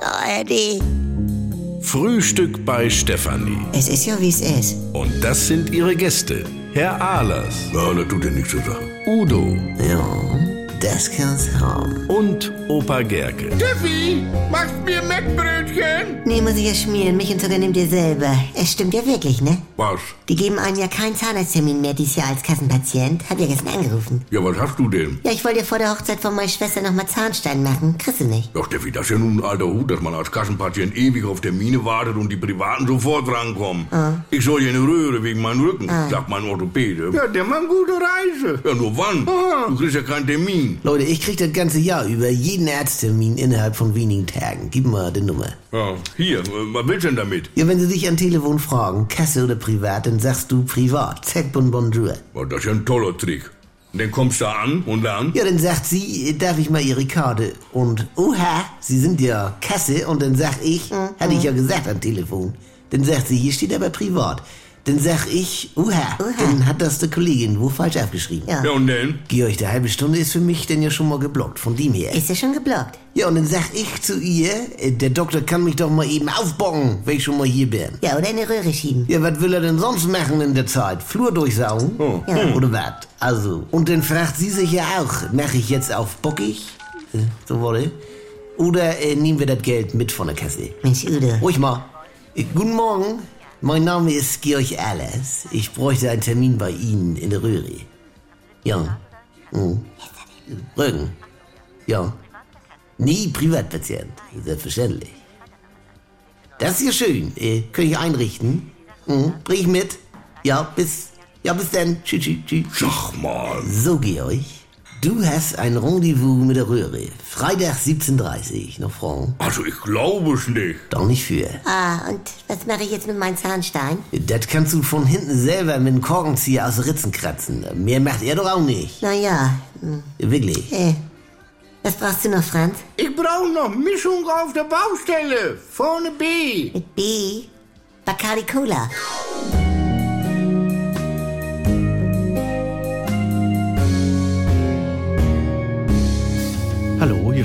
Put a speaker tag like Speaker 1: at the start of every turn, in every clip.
Speaker 1: ARD.
Speaker 2: Frühstück bei Stefanie.
Speaker 1: Es ist ja, wie es ist.
Speaker 2: Und das sind ihre Gäste. Herr Ahlers. Ja, das tut ja nichts zu sagen. Udo
Speaker 1: Ja, das kann's haben.
Speaker 2: und Opa Gerke.
Speaker 3: Steffi, machst mir Mettbrötchen?
Speaker 1: Nee, muss ich ja schmieren. Mich und sogar nimm dir selber. Es stimmt ja wirklich, ne?
Speaker 3: Was?
Speaker 1: Die geben einem ja keinen Zahnarzttermin mehr dieses Jahr als Kassenpatient. Hab ja gestern angerufen.
Speaker 3: Ja, was hast du denn?
Speaker 1: Ja, ich wollte vor der Hochzeit von meiner Schwester nochmal Zahnstein machen. Kriegst du nicht.
Speaker 3: Ja, Steffi, das ist ja nun ein alter Hut, dass man als Kassenpatient ewig auf Termine wartet und die Privaten sofort rankommen. Ich soll ja eine Röhre wegen meinem Rücken, sagt mein Orthopäde. Ja, der Mann gute Reise. Ja, nur wann? Du kriegst ja keinen Termin.
Speaker 4: Leute, ich krieg das ganze Jahr über jeden Arzttermin innerhalb von wenigen Tagen. Gib mal die Nummer.
Speaker 3: Ja, hier, äh, was willst du denn damit?
Speaker 4: Ja, wenn sie dich am Telefon fragen, Kasse oder privat, dann sagst du privat. Z bon bonjour.
Speaker 3: Ja, das ist ja ein toller Trick. Und dann kommst du da an und dann?
Speaker 4: Ja, dann sagt sie, äh, darf ich mal ihre Karte? Und, oha, sie sind ja Kasse. Und dann sag ich, hatte ich ja
Speaker 1: Mhm.
Speaker 4: gesagt am Telefon. Dann sagt sie, hier steht aber privat. Dann sag ich, oha,
Speaker 1: Oha.
Speaker 4: dann hat das die Kollegin wo falsch aufgeschrieben.
Speaker 1: Ja.
Speaker 3: Ja, und dann?
Speaker 4: Georg, die halbe Stunde ist für mich denn ja schon mal geblockt, von dem her.
Speaker 1: Ist ja schon geblockt.
Speaker 4: Ja, und dann sag ich zu ihr, äh, der Doktor kann mich doch mal eben aufbocken, wenn ich schon mal hier bin.
Speaker 1: Ja, oder in die Röhre schieben.
Speaker 4: Ja, was will er denn sonst machen in der Zeit? Flur durchsaugen?
Speaker 3: Oh.
Speaker 1: Ja.
Speaker 4: Oder was? Also, und dann fragt sie sich ja auch, mache ich jetzt auf bockig? Äh, So wurde. Oder äh, nehmen wir das Geld mit von der Kasse?
Speaker 1: Mensch, Udo.
Speaker 4: Ruhig mal. Äh, Guten Morgen, mein Name ist Georg Allers. Ich bräuchte einen Termin bei Ihnen in der Röhre. Ja. Hm. Rücken. Ja. Nie Privatpatient, selbstverständlich. Das ist ja schön. Äh, kann ich einrichten? Hm. Bring ich mit? Ja, bis. Ja, bis dann. Tschüss, tschüss, tschüss.
Speaker 3: Sag mal.
Speaker 4: So, Georg. Du hast ein Rendezvous mit der Röhre. Freitag 17.30 Uhr. Noch Fragen?
Speaker 3: Also, ich glaube es nicht.
Speaker 4: Doch nicht für.
Speaker 1: Ah, und was mache ich jetzt mit meinem Zahnstein?
Speaker 4: Das kannst du von hinten selber mit einem Korkenzieher aus Ritzen kratzen. Mehr macht er doch auch nicht.
Speaker 1: Naja,
Speaker 4: Wirklich.
Speaker 1: äh, was brauchst du noch, Franz?
Speaker 3: Ich brauche noch Mischung auf der Baustelle. Vorne B.
Speaker 1: Mit B? Bacardi Cola.
Speaker 5: Hallo, hier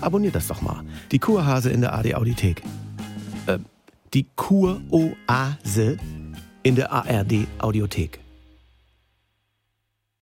Speaker 5: Abonniert das doch mal. Die Kurhase in der AD Audiothek. Äh, die Kuroase in der ARD Audiothek.